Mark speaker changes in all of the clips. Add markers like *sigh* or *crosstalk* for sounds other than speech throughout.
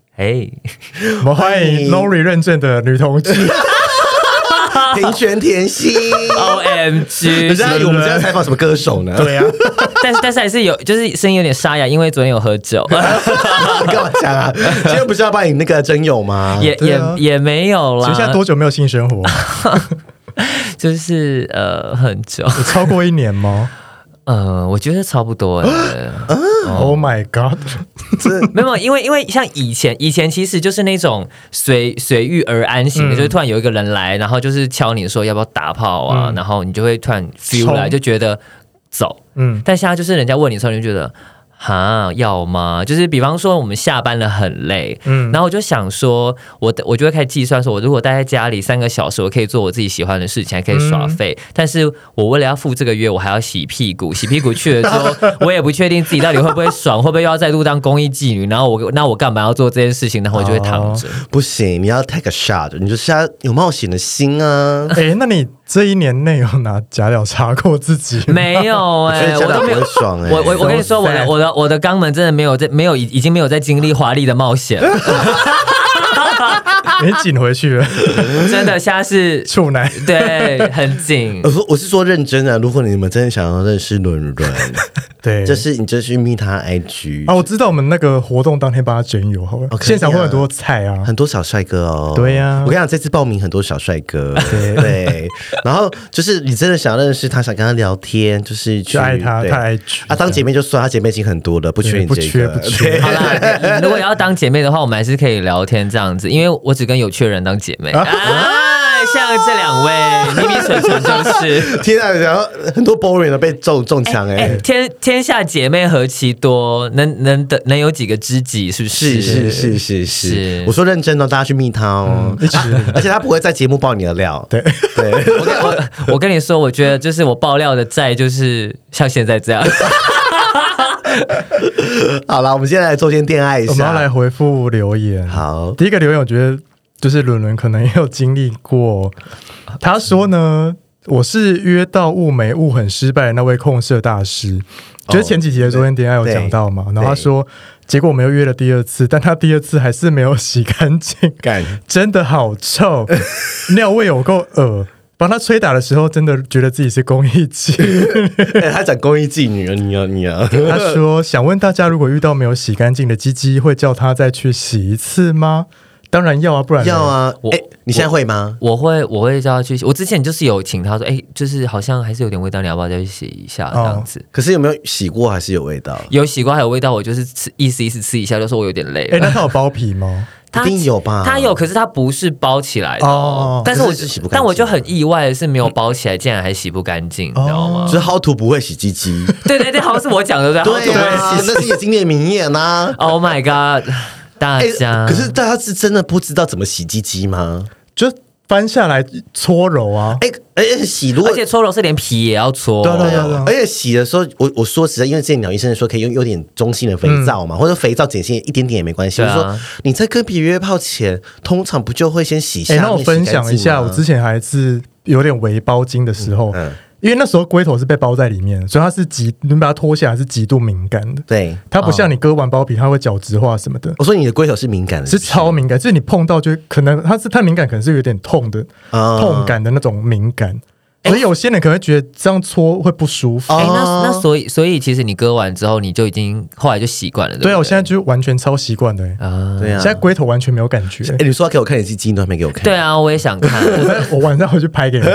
Speaker 1: 哎，
Speaker 2: 我们欢迎 Lori 认证的女同志，
Speaker 3: 平权甜
Speaker 1: *laughs*
Speaker 3: 心。
Speaker 1: O M
Speaker 3: *laughs*
Speaker 1: G！
Speaker 3: 人家以为我们今天采访什么歌手呢？对呀、
Speaker 1: 但是但是还是有，就是声音有点沙哑，因为昨天有喝
Speaker 2: *laughs*
Speaker 1: 酒，
Speaker 3: 啊， *laughs* 干嘛讲
Speaker 1: *laughs*
Speaker 3: 啊？今天不是要办你那个征友吗？
Speaker 1: 也
Speaker 2: 对啊
Speaker 1: 也也没有
Speaker 2: 请问现在
Speaker 1: 啦，
Speaker 2: 多久没有性生
Speaker 3: *laughs*
Speaker 2: 活？
Speaker 1: 就是呃很久，
Speaker 2: 有超过一年吗
Speaker 1: 呃，我觉得差不
Speaker 2: *laughs*
Speaker 1: 多了。
Speaker 3: 哦
Speaker 2: ？Oh my god！
Speaker 1: 没有，因为因为像以前，以前其实就是那种随随遇而安
Speaker 2: 嗯
Speaker 1: 型的，就是突然有一个人来，然后就是敲你说要不要打炮啊，然后你就会突然 feel
Speaker 2: 嗯冲
Speaker 1: 来，就觉得走。
Speaker 2: 嗯，
Speaker 1: 但现在就是人家问你的时候，你就觉得哈要吗？就是比方说我们下班了很累，
Speaker 2: 嗯
Speaker 1: 嗯，然后我就想说，我我就会开始计算说，我如果待在家里三个小时，我可以做我自己喜欢的事情，还可以耍废。但是我为了要付这个月，我还要洗屁股， *laughs* 洗屁股去了之后，我也不确定自己到底会不会爽，会不会又要再度当公益妓女。然后我那我干嘛要做这件事情？然后我就会躺着。
Speaker 3: 不行，你要 take a shot，你就是要有冒险的心啊。
Speaker 2: 哎、那你这一年内有拿假屌查过自己
Speaker 3: *laughs*
Speaker 2: 吗？
Speaker 1: 没有
Speaker 3: 所以
Speaker 1: 哎、
Speaker 3: 家
Speaker 1: 我
Speaker 3: 长
Speaker 1: 都没
Speaker 3: 不
Speaker 1: 有
Speaker 3: 会。爽哎、
Speaker 1: 我我我跟你说，我
Speaker 2: So sad
Speaker 1: 的我的我的肛门真的没有在没有已已经没有在经历华丽的冒险了， *laughs*
Speaker 2: 你紧回去了，
Speaker 1: 真的，现在是
Speaker 2: 处男。
Speaker 1: 对，很紧 *laughs*
Speaker 3: 我。说我是说认真的、啊，如果你们真的想要认识伦伦，
Speaker 2: 对，
Speaker 3: 就是你就去密他 IG，、
Speaker 2: 啊，我知道我们那个活动当天帮他整友好了，
Speaker 3: 哦可以啊
Speaker 2: 现场会有很多菜啊，
Speaker 3: 很多小帅哥哦。
Speaker 2: 对呀
Speaker 3: 我跟你讲，这次报名很多小帅哥，对。然后就是你真的想认识他，想跟他聊天，就是去
Speaker 2: 就爱他，
Speaker 3: 对
Speaker 2: 他爱去
Speaker 3: 啊，当姐妹就算，她姐妹已经很多了，不缺
Speaker 2: 对
Speaker 3: 你
Speaker 2: 不
Speaker 3: 这
Speaker 2: 缺
Speaker 3: 个，
Speaker 2: 不缺
Speaker 3: *laughs* 对啊
Speaker 1: 好啦，如果要当姐妹的话，我们还是可以聊天这样子，因为我只跟有趣的人当姐妹。 *laughs* 啊，像这两位，咪咪蠢蠢就是。
Speaker 3: 天啊，然后很多 boring 的被中中枪哎、
Speaker 1: *laughs* 哎、天天下姐妹何其多，能能的能有几个知己？是不
Speaker 3: 是
Speaker 1: 是？
Speaker 3: 是是是是
Speaker 1: 是，
Speaker 3: 我说认真哦，大家去密他哦，
Speaker 2: 嗯一直
Speaker 3: *laughs* 而且他不会在节目爆你
Speaker 2: *laughs*
Speaker 3: 的料，对对，
Speaker 1: 我跟我我跟你说，我觉得就是我爆料的债，就是像现在这样。 *laughs*
Speaker 3: 好了，我们现在来周间恋爱一
Speaker 2: 我们要来
Speaker 3: 下，
Speaker 2: 回复留言。
Speaker 3: 好，
Speaker 2: 第一个留言，我觉得就是伦伦可能也有经历过。他说呢，我是约到物美物很失败的那位控色大师，就是前几集的昨天恋爱有讲到嘛。然后他说，结果我们又约了第二次，但他第二次还是没有洗干净，
Speaker 3: 干
Speaker 2: 真的好臭，尿味有够恶。帮他吹打的时候，真的觉得自己是公益机。
Speaker 3: 哎他讲公益妓女啊，你啊你
Speaker 2: *laughs*
Speaker 3: 啊，
Speaker 2: 他说：“想问大家，如果遇到没有洗干净的鸡鸡，会叫他再去洗一次吗？当然要啊，不然呢
Speaker 3: 要。啊，
Speaker 1: 我
Speaker 3: 哎，你现在会吗？
Speaker 1: 我会我会叫他去洗，我之前就是有请他说，哎、就是好像还是有点味道，你要不要再去洗一下这样子？
Speaker 3: 可是有没有洗过还是有味道？
Speaker 1: 有洗过还有味道，我就是吃意思意思吃一下，就说我有点累
Speaker 2: 哎、
Speaker 1: 了。
Speaker 2: 那他有包皮
Speaker 3: *laughs*
Speaker 2: 吗？
Speaker 1: 它
Speaker 3: 一定有吧
Speaker 1: 它有，可是它不是包起来的
Speaker 2: 哦
Speaker 1: 哦。但是我
Speaker 3: 可是洗不干净
Speaker 1: 但我就很意外的是没有包起来，竟然还洗不干净，你知道
Speaker 2: 哦
Speaker 1: 吗
Speaker 3: 就？是薅土不会洗
Speaker 2: *laughs*
Speaker 3: 鸡鸡，
Speaker 1: 对对对，好像是我讲的对不对？
Speaker 3: 对啊，那是你的经典名言呐。
Speaker 1: o h my god，大
Speaker 3: 哎，
Speaker 1: 家
Speaker 3: 可是大家是真的不知道怎么洗鸡鸡吗？
Speaker 2: 就翻下来搓揉啊。
Speaker 3: 哎哎，哎洗如果哦
Speaker 1: 而且搓揉是连皮也要搓，哦
Speaker 2: 对啊对啊对啊
Speaker 3: 而且洗的时候，我我说实在，因为之前鸟医生说可以用有点中性的肥皂
Speaker 2: 嗯
Speaker 3: 嘛，或者肥皂碱性一点点也没关系。
Speaker 1: 对
Speaker 3: 我
Speaker 1: 啊
Speaker 3: 说你在跟别人约炮前，通常不就会先洗下
Speaker 2: 哎、
Speaker 3: 面、
Speaker 2: 那我分享一
Speaker 3: 洗干净啊
Speaker 2: 下，
Speaker 3: 吗
Speaker 2: 我之前还是有点围包巾的时候，
Speaker 3: 嗯嗯
Speaker 2: 因为那时候龟头是被包在里面，所以它是极，你把它脱下来是极度敏感的。
Speaker 3: 对
Speaker 2: 它不像你割完包皮，它会角质化什么的。
Speaker 3: 我说你的龟头是敏感的，
Speaker 2: 是超敏感，就是你碰到就可能它是太敏感，可能是有点痛的、
Speaker 3: 啊哎
Speaker 2: 痛感的那种敏感，所以有些人可能会觉得这样搓会不舒服。
Speaker 1: 哎，那
Speaker 3: 哦
Speaker 1: 那所以所以其实你割完之后，你就已经后来就习惯了，
Speaker 2: 对啊，
Speaker 1: 不
Speaker 2: 我现在就是完全超习惯的、欸，
Speaker 1: 啊，
Speaker 3: 对啊
Speaker 2: 现。在龟头完全没有感觉。
Speaker 3: 哎、你说要给我看你鸡鸡，你都还没给我看。
Speaker 1: 对啊，我也想看。
Speaker 3: *laughs*
Speaker 2: 我在我晚上回去拍给你，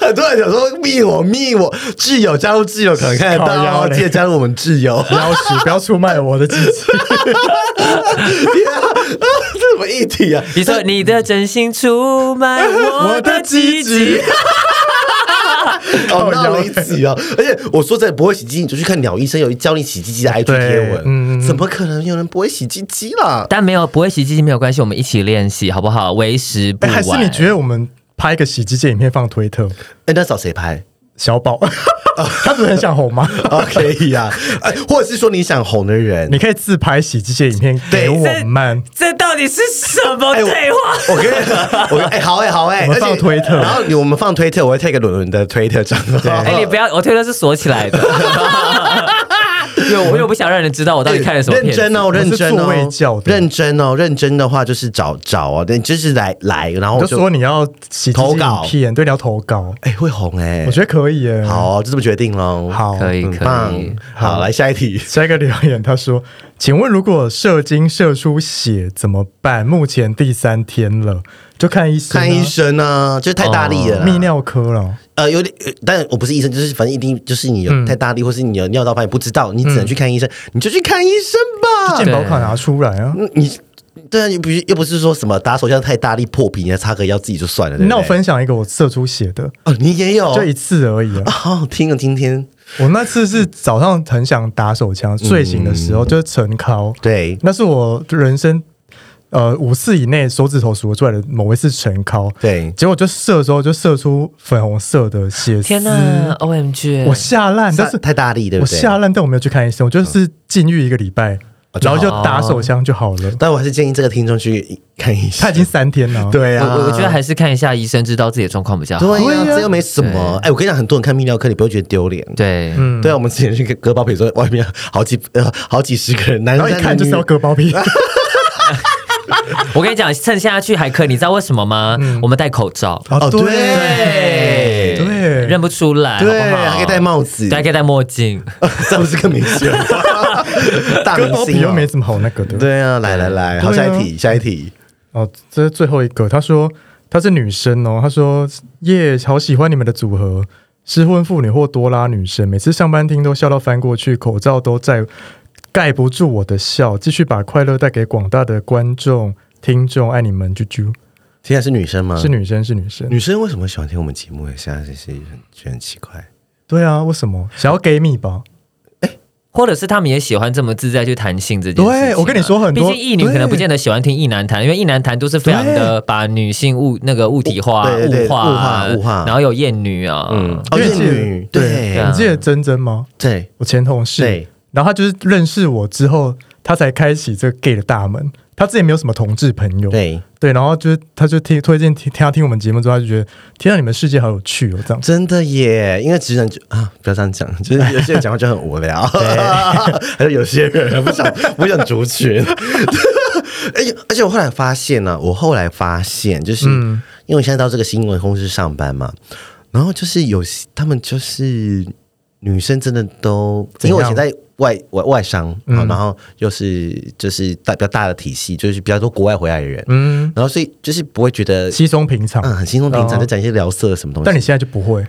Speaker 3: 很多人想说密我密我挚友加入挚友可能看得
Speaker 2: 靠腰
Speaker 3: 到，
Speaker 2: 嘞
Speaker 3: 记得加入我们挚
Speaker 2: *laughs*
Speaker 3: 友。
Speaker 2: 不要死，不要出卖我的鸡鸡。
Speaker 3: *laughs* 天啊，啊这什么议题啊？ *laughs*
Speaker 1: 你说你的真心出卖我的
Speaker 2: 鸡
Speaker 1: 鸡
Speaker 2: 鸡
Speaker 1: 鸡，
Speaker 3: 哦，闹了一起哦。而且我说真的，不会洗鸡，你就去看鸟医生有教你洗鸡鸡的 IG 贴文
Speaker 2: 对，嗯
Speaker 3: 怎么可能有人不会洗鸡鸡啦？
Speaker 1: 但没有不会洗机器没有关系，我们一起练习好不好？为时不
Speaker 2: 哎，还
Speaker 1: 晚。
Speaker 2: 是你觉得我们拍一个洗鸡界影片放推特？
Speaker 3: 哎，那找
Speaker 2: *laughs*
Speaker 3: 谁拍？
Speaker 2: 小
Speaker 3: *laughs*
Speaker 2: 宝，他不是很想红吗？
Speaker 3: 啊，可以
Speaker 2: *laughs*
Speaker 3: 呀、哎，或者是说你想红的人
Speaker 2: 你，可以自拍洗鸡界影片给我们，
Speaker 1: 这到底是什么
Speaker 3: 哎我
Speaker 1: 对话？
Speaker 3: 我跟你 *laughs* 讲，我跟哎、好哎、好哎、
Speaker 2: 我们
Speaker 3: 而且
Speaker 2: 放推特
Speaker 3: 然后你我们放推特，我会 take 伦伦的推特账号。
Speaker 1: 哎、你不要，我推特是锁
Speaker 3: *laughs*
Speaker 1: 起来的，因为我又不想让人知道我到底看了什么片
Speaker 3: 认
Speaker 1: 子。
Speaker 3: 真哦，
Speaker 2: 我是
Speaker 3: 认真
Speaker 2: 座位
Speaker 3: 哦
Speaker 2: 教，的
Speaker 3: 认真哦，认真的话就是找找哦，对，就是来来，然后
Speaker 2: 你
Speaker 3: 我
Speaker 2: 就说你要洗鸡界
Speaker 3: 投稿
Speaker 2: 影片，对，你要投稿，
Speaker 3: 哎、会红哎、
Speaker 2: 我觉得嗯可以耶。
Speaker 3: 好、哦，就这么决定喽。，
Speaker 2: 好，
Speaker 1: 可以
Speaker 3: 很
Speaker 1: 可
Speaker 3: 嗯棒
Speaker 1: 以，。
Speaker 3: 好，来下一题。
Speaker 2: 下一个留言，他说：“请问如果射精射出血怎么办？目前第三天了，就看医生啊、
Speaker 3: 看医生啊，就是太大力了啦，
Speaker 2: 泌
Speaker 1: 哦
Speaker 2: 尿科了。
Speaker 3: 呃有点，呃但我不是医生，就是反正一定就是你
Speaker 1: 嗯
Speaker 3: 有太大力，或是你有尿道炎不知道，你只能去看医生，你就去看医生吧。
Speaker 2: 健保卡拿出来啊！
Speaker 3: 嗯你对啊，你不是又不是说什么打手枪太大力破皮，你还擦个药自己就算了，对不对？
Speaker 2: 那我分享一个我射出血的，
Speaker 3: 哦，你也有
Speaker 2: 就一次而已啊。
Speaker 3: 好好听啊，今天
Speaker 2: 我那次是早上很想打手枪，睡醒的
Speaker 3: 嗯
Speaker 2: 时候就是晨考，
Speaker 3: 对
Speaker 2: 那是我人生呃五次以内手指头数得出来的某一次晨考。
Speaker 3: 对，
Speaker 2: 结果就射的时候就射出粉红色的血丝，
Speaker 1: 天哪，O M G！
Speaker 2: 我吓烂，但
Speaker 3: 啊但
Speaker 2: 是
Speaker 3: 是太大力，对
Speaker 2: 我
Speaker 3: 不对？嗯哦
Speaker 2: 吓烂，但我没有去看医生，我就是禁欲一个礼拜，然后就打手枪就好了。
Speaker 3: 但我还是建议这个听众去看医生。
Speaker 2: 他已经三天了，，
Speaker 3: 对
Speaker 1: 我
Speaker 3: 啊，
Speaker 1: 我我觉得还是看一下医生，知道自己的状况比较好。
Speaker 3: 对呀、
Speaker 2: 对啊
Speaker 3: 这又没什么。哎，我跟你讲，很多人看泌尿科，你不会觉得丢脸。
Speaker 1: 对，
Speaker 2: 嗯，
Speaker 3: 对啊，我们之前去割包皮的时候，外面好几呃好几十个人，男
Speaker 2: 然
Speaker 3: 生
Speaker 2: 后一看就是要
Speaker 3: 割。
Speaker 2: 割包皮，
Speaker 1: 我跟你讲，趁现在去还可以，你知道为什么吗？我们戴口罩，
Speaker 2: *laughs* 哦
Speaker 3: 哦，
Speaker 2: 对
Speaker 3: 嗯对
Speaker 2: 对，
Speaker 1: 认不出来，好
Speaker 3: 对，
Speaker 1: 不好？
Speaker 3: 还可以戴帽子，
Speaker 1: 对，还可以戴墨镜。
Speaker 3: *laughs* 这不是个明星吗，大
Speaker 2: 割
Speaker 3: 明
Speaker 2: 包皮
Speaker 3: 星
Speaker 2: 又
Speaker 3: 哦
Speaker 2: 没什么好那个的。，
Speaker 3: 对啊，来来来，好，
Speaker 2: 对
Speaker 3: 下
Speaker 2: 啊
Speaker 3: 一题，下一题。
Speaker 2: 哦，这是最后一个，他说她是女生哦，她说耶，好喜欢你们的组合。失婚妇女或多拉女生，每次上班听都笑到翻过去，口罩都在盖不住我的笑。继续把快乐带给广大的观众、听众，爱你们，啾啾。
Speaker 3: 现在是女生吗？
Speaker 2: 是女生，是女生。
Speaker 3: 女生为什么喜欢听我们节目？现在这些很觉得很奇怪。
Speaker 2: 对啊，为什么想要 gay 蜜吧？
Speaker 1: 或者是他们也喜欢这么自在去谈性这件事情啊、
Speaker 2: 对我跟你说很多
Speaker 1: 毕竟异女可能不见得喜欢听异男谈，因为异男谈都是非常的把女性物那个物体化、
Speaker 3: 对对对
Speaker 1: 物化啊、
Speaker 3: 物化物化
Speaker 1: 然后有厌女啊，
Speaker 3: 嗯，
Speaker 2: 因
Speaker 3: 哦，
Speaker 2: 为
Speaker 3: 艳
Speaker 2: 记得
Speaker 3: 女，对
Speaker 1: 对啊
Speaker 2: 你记得珍珍吗？
Speaker 3: 对
Speaker 2: 我前同事，
Speaker 3: 对，
Speaker 2: 然后他就是认识我之后，他才开启这个 gay 的大门。他之前没有什么同志朋友，
Speaker 3: 对，
Speaker 2: 然后就是他就听推荐听他听我们节目之后，他就觉得天啊，你们世界好有趣哦，这样。
Speaker 3: 真的耶！因为直男就啊，不要这样讲，就是有些人讲话就很无
Speaker 2: *laughs*
Speaker 3: 聊， *laughs* 还有有些人不想不想族群。 *laughs* 而且而且我后来发现呢、我后来发现就是、
Speaker 2: 嗯
Speaker 3: 因为我现在到这个新闻公司上班嘛，然后就是有些他们就是女生真的都，
Speaker 2: 怎
Speaker 3: 因为
Speaker 2: 样嗯
Speaker 3: 我以前在外外外商、好然后又是就是大比较大的体系，就是比较多国外回来的人，
Speaker 2: 嗯，
Speaker 3: 然后所以就是不会觉得。
Speaker 2: 稀松平常。
Speaker 3: 嗯，很轻松平常，
Speaker 2: 哦
Speaker 3: 就讲一些聊色什么东西。
Speaker 2: 但你现在就不会，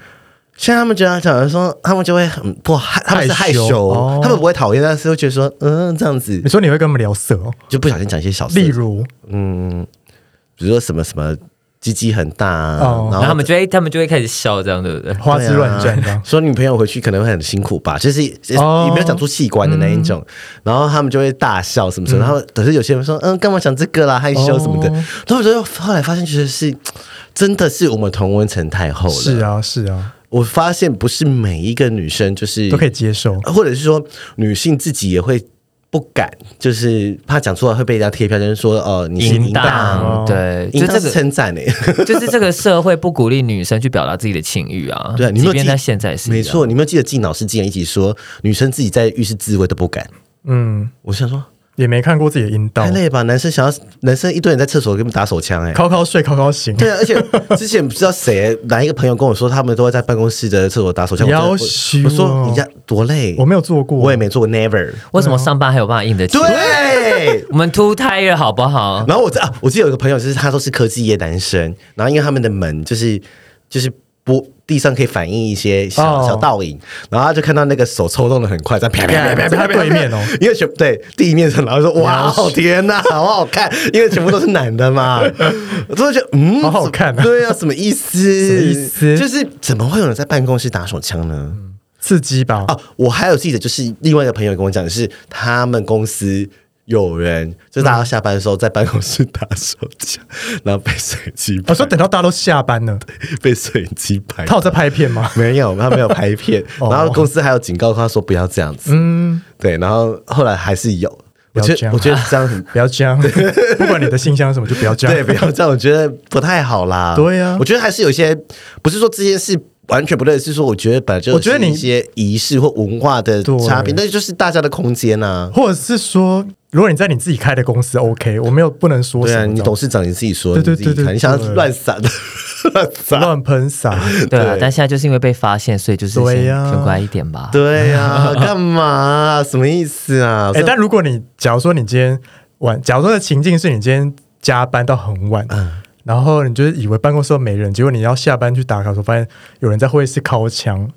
Speaker 3: 像他们觉得，假如说他们就会很不害，他们是害
Speaker 2: 害羞
Speaker 3: 羞，
Speaker 2: 哦
Speaker 3: 他们不会讨厌，但是会觉得说，嗯，这样子
Speaker 2: 你说你会跟他们聊色哦，
Speaker 3: 就不小心讲一些小事，
Speaker 2: 例如
Speaker 3: 嗯，比如说什么什么鸡鸡很大啊，
Speaker 2: 哦
Speaker 1: 然后他们
Speaker 3: 就
Speaker 1: 就会他们就会开始笑，这样对不对？
Speaker 2: 花枝乱颤这样。
Speaker 3: 说女朋友回去可能会很辛苦吧，就是也
Speaker 2: 哦嗯
Speaker 3: 没有讲出器官的那一种，然后他们就会大笑什么什么，然后可是有些人说，嗯，干嘛讲这个啦，害羞什么的，
Speaker 2: 哦
Speaker 3: 然后我就后来发现，其实是真的是我们同温层太厚了，
Speaker 2: *laughs* 是，啊，是啊，
Speaker 3: 我发现不是每一个女生就是
Speaker 2: 都可以接受。
Speaker 3: 或者是说女性自己也会不敢，就是怕讲出来会被人家贴标签，说呃你是淫荡，
Speaker 2: 哦
Speaker 1: 对，就
Speaker 3: 淫
Speaker 1: 这
Speaker 3: 荡是
Speaker 1: 个
Speaker 3: 称赞哎，
Speaker 1: 就是这个社会不鼓励女生去表达自己的情欲啊。
Speaker 3: *laughs* 对啊，你有没
Speaker 1: 即
Speaker 3: 有
Speaker 1: 便
Speaker 3: 记
Speaker 1: 在现在是一样
Speaker 3: 没错，，你有没有记得靳老师之前一起说女生自己在浴室自慰都不敢？
Speaker 2: 嗯，
Speaker 3: 我想说
Speaker 2: 也没看过自己的阴道
Speaker 3: 太，累吧，男生想要男生一堆人在厕所给他们打手枪哎、
Speaker 2: 靠靠睡，靠靠醒。
Speaker 3: 对啊，而且之前不知道谁哪一个朋友跟我说，他们都会在办公室的厕所打手枪。我
Speaker 2: 要
Speaker 3: 真
Speaker 2: 死
Speaker 3: 的我我说
Speaker 2: 哦
Speaker 3: 人家多累，
Speaker 2: 我没有做过，
Speaker 3: 我也没做过，never。
Speaker 1: 为什么上班还有办法硬得起？
Speaker 3: 对，啊
Speaker 1: 我们 two tire 好不好？
Speaker 3: 然后我知啊，我记得有一个朋友，就是他都是科技业男生，然后因为他们的门就是就是玻地上可以反映一些小、
Speaker 2: 哦
Speaker 3: 小倒影，然后他就看到那个手抽动的很快，在啪啪啪啪啪
Speaker 2: 在
Speaker 3: 啪
Speaker 2: 对面哦，
Speaker 3: 因为全对地面上，然后说哇，天哪，好好看，因为全部都是男的嘛，我真的觉得嗯，
Speaker 2: 好好看啊
Speaker 3: 对啊，什么意思？
Speaker 2: 什么意思
Speaker 3: 就是怎么会有人在办公室打手枪呢？
Speaker 2: 刺激吧？
Speaker 3: 哦，我还有记得，就是另外一个朋友跟我讲，是他们公司有人，就是大家下班的时候在办公室打手枪，然后被水机拍
Speaker 2: 我哦说等到大家都下班了，
Speaker 3: 被水机
Speaker 2: *laughs*
Speaker 3: 拍
Speaker 2: 他。有在拍片吗？
Speaker 3: 没有，他没有拍片，
Speaker 2: *laughs* 哦
Speaker 3: 然后公司还有警告他说不要这样子，
Speaker 2: 嗯，
Speaker 3: 对，然后后来还是有，
Speaker 2: 不
Speaker 3: 我
Speaker 2: 要
Speaker 3: 觉
Speaker 2: 这
Speaker 3: 得
Speaker 2: 样
Speaker 3: 我觉得这样很
Speaker 2: *laughs* 不要
Speaker 3: *laughs*
Speaker 2: 这样，不管你的信箱是什么，就不要这样。
Speaker 3: 对，不要这样，我觉得不太好啦。
Speaker 2: 对啊
Speaker 3: 我觉得还是有一些，不是说这件事完全不对，是说我觉得本来就
Speaker 2: 我觉得
Speaker 3: 是
Speaker 2: 你
Speaker 3: 一些仪式或文化的
Speaker 2: 对
Speaker 3: 差别，那就是大家的空间啊。
Speaker 2: 或者是说，如果你在你自己开的公司，OK，我没有不能说
Speaker 3: 对
Speaker 2: 什
Speaker 3: 啊，
Speaker 2: 么，
Speaker 3: 你董事长你自己说，
Speaker 2: 对对
Speaker 3: 你自
Speaker 2: 对
Speaker 3: 己
Speaker 2: 对
Speaker 3: 看
Speaker 2: 对
Speaker 3: 你想要乱撒的， *laughs* 乱撒。
Speaker 2: 乱喷洒，
Speaker 1: 对啊
Speaker 3: *laughs* 对，
Speaker 1: 但现在就是因为被发现，所以就是
Speaker 2: 对
Speaker 1: 先
Speaker 2: 呀
Speaker 1: 先乖一点吧。
Speaker 3: 对呀、
Speaker 2: *laughs*
Speaker 3: 啊，干嘛啊、什么意思啊？
Speaker 2: 哎、但如果你假如说你今天晚，假如说的情境是你今天加班到很晚，
Speaker 3: 嗯
Speaker 2: 然后你就是以为办公室都没人，结果你要下班去打卡的时候，发现有人在会议室敲墙，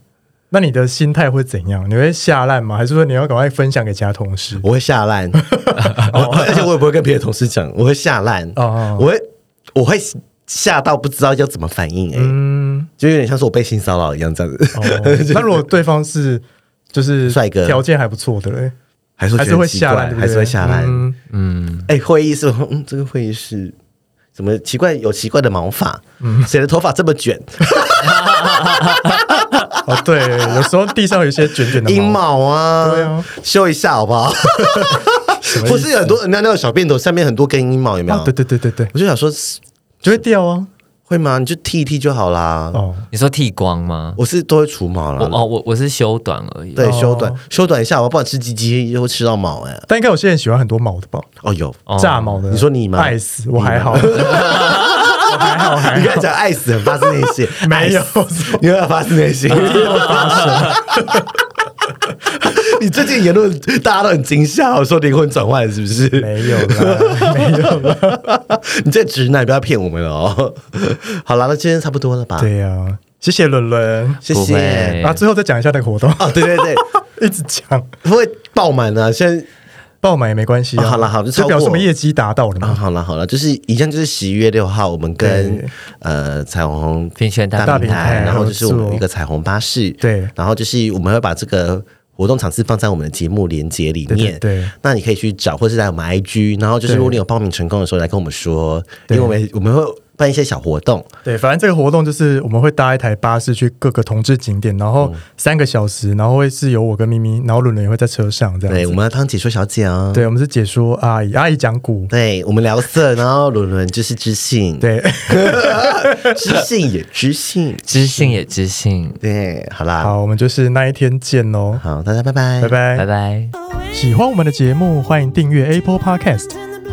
Speaker 2: 那你的心态会怎样？你会下烂吗？还是说你要赶快分享给其他同事？
Speaker 3: 我会
Speaker 2: *laughs*
Speaker 3: 下烂，我而且我也不会跟别的同事讲，我会下烂，
Speaker 2: 哦
Speaker 3: 我会我会吓到不知道要怎么反应、欸，
Speaker 2: 嗯，
Speaker 3: 就有点像是我被性骚扰一样这样子。
Speaker 2: 哦， *laughs* 那如果对方是就是
Speaker 3: 帅哥
Speaker 2: 条件还不错的嘞，
Speaker 3: *laughs* 还是
Speaker 2: 还是
Speaker 3: 觉得
Speaker 2: 会
Speaker 3: 很奇怪
Speaker 2: 下烂，对不对
Speaker 3: 还是会下烂。哎、
Speaker 2: 嗯
Speaker 1: 嗯，
Speaker 3: 会议室，嗯，这个会议室怎么奇怪？有奇怪的毛发，
Speaker 2: 嗯
Speaker 3: 谁的头发这么卷？
Speaker 2: 哦，对，有时候地上有一些卷卷的
Speaker 3: 阴毛啊，
Speaker 2: 对啊
Speaker 3: 修一下好
Speaker 2: *laughs*
Speaker 3: 不好？不是有很多人家那个小便斗下面很多根阴毛，有没有？
Speaker 2: 啊，对对对对对，
Speaker 3: 我就想说，
Speaker 2: 就会掉啊。
Speaker 3: 会吗？你就剃一剃就好啦。
Speaker 2: 哦，
Speaker 1: 你说剃光吗？
Speaker 3: 我是都会除毛
Speaker 1: 我
Speaker 3: 啦，
Speaker 1: 哦，我我是修短而已。
Speaker 3: 对，
Speaker 2: 哦
Speaker 3: 修短修短一下，我不然吃鸡鸡就会吃到毛哎、
Speaker 2: 但应该有些人喜欢很多毛的吧？
Speaker 3: 哦，有，
Speaker 1: 哦
Speaker 2: 炸毛的，
Speaker 3: 你说你吗
Speaker 2: 爱死我还好，我还好，我还
Speaker 3: 你刚才
Speaker 2: 好，
Speaker 3: 讲爱死很发自内心，
Speaker 2: *laughs* 哎 *laughs* 没有
Speaker 3: 爱死你有没有发自内心？ *laughs* 你最近言论大家都很惊吓，我说灵魂转换是不是？
Speaker 2: *laughs* 没有啦，没
Speaker 3: *laughs*
Speaker 2: 有啦。
Speaker 3: 你这直男不要骗我们了哦。 *laughs* 好了，那今天差不多了吧？，
Speaker 2: 对呀，谢谢伦伦。
Speaker 3: 谢
Speaker 1: 不
Speaker 3: 谢
Speaker 1: 会。
Speaker 2: 啊，最后再讲一下那个活动， *laughs*
Speaker 3: 哦，对对对， *laughs*
Speaker 2: 一直讲
Speaker 3: 不会爆满啊！现在
Speaker 2: 爆满也没关系啊。
Speaker 3: 哦好啦好就
Speaker 2: 就表示
Speaker 3: 超过
Speaker 2: 我们业绩达到了
Speaker 3: 啊，
Speaker 2: 嘛。
Speaker 3: 好了好了，就是一样，就是十一月六号，我们跟
Speaker 2: 对
Speaker 3: 呃彩虹
Speaker 1: 评选大
Speaker 3: 大
Speaker 2: 平
Speaker 3: 平
Speaker 2: 台
Speaker 3: 台，然后就是我
Speaker 2: 合
Speaker 3: 们
Speaker 2: 作
Speaker 3: 有一个彩虹巴士，
Speaker 2: 对
Speaker 3: 然后就是我们会把这个。活动场次放在我们的节目连接里
Speaker 2: 对
Speaker 3: 面，
Speaker 2: 对对
Speaker 3: 那你可以去找，或是在我们 IG，然后就是
Speaker 2: 对
Speaker 3: 如果你有报名成功的时候来跟我们说，
Speaker 2: 对
Speaker 3: 因为我们我们会办一些小活动，
Speaker 2: 对，反正这个活动就是我们会搭一台巴士去各个同志景点，然后三个小时，然后会是由我跟咪咪，然后伦伦也会在车上这
Speaker 3: 对，
Speaker 2: 样
Speaker 3: 我
Speaker 2: 子。
Speaker 3: 们要当解说小姐哦，
Speaker 2: 对，我们是解说阿姨，阿姨讲古。
Speaker 3: 对，我们聊色，然后伦伦就是知性，
Speaker 2: 对， *laughs*
Speaker 3: 知性也知性，
Speaker 1: *laughs* 知性也知性，
Speaker 3: 对，好啦，
Speaker 2: 好，我们就是那一天见喽，
Speaker 3: 好，大家拜拜，
Speaker 2: 拜。拜
Speaker 1: 拜。拜。
Speaker 2: 喜欢我们的节目，欢迎订阅 Apple Podcast，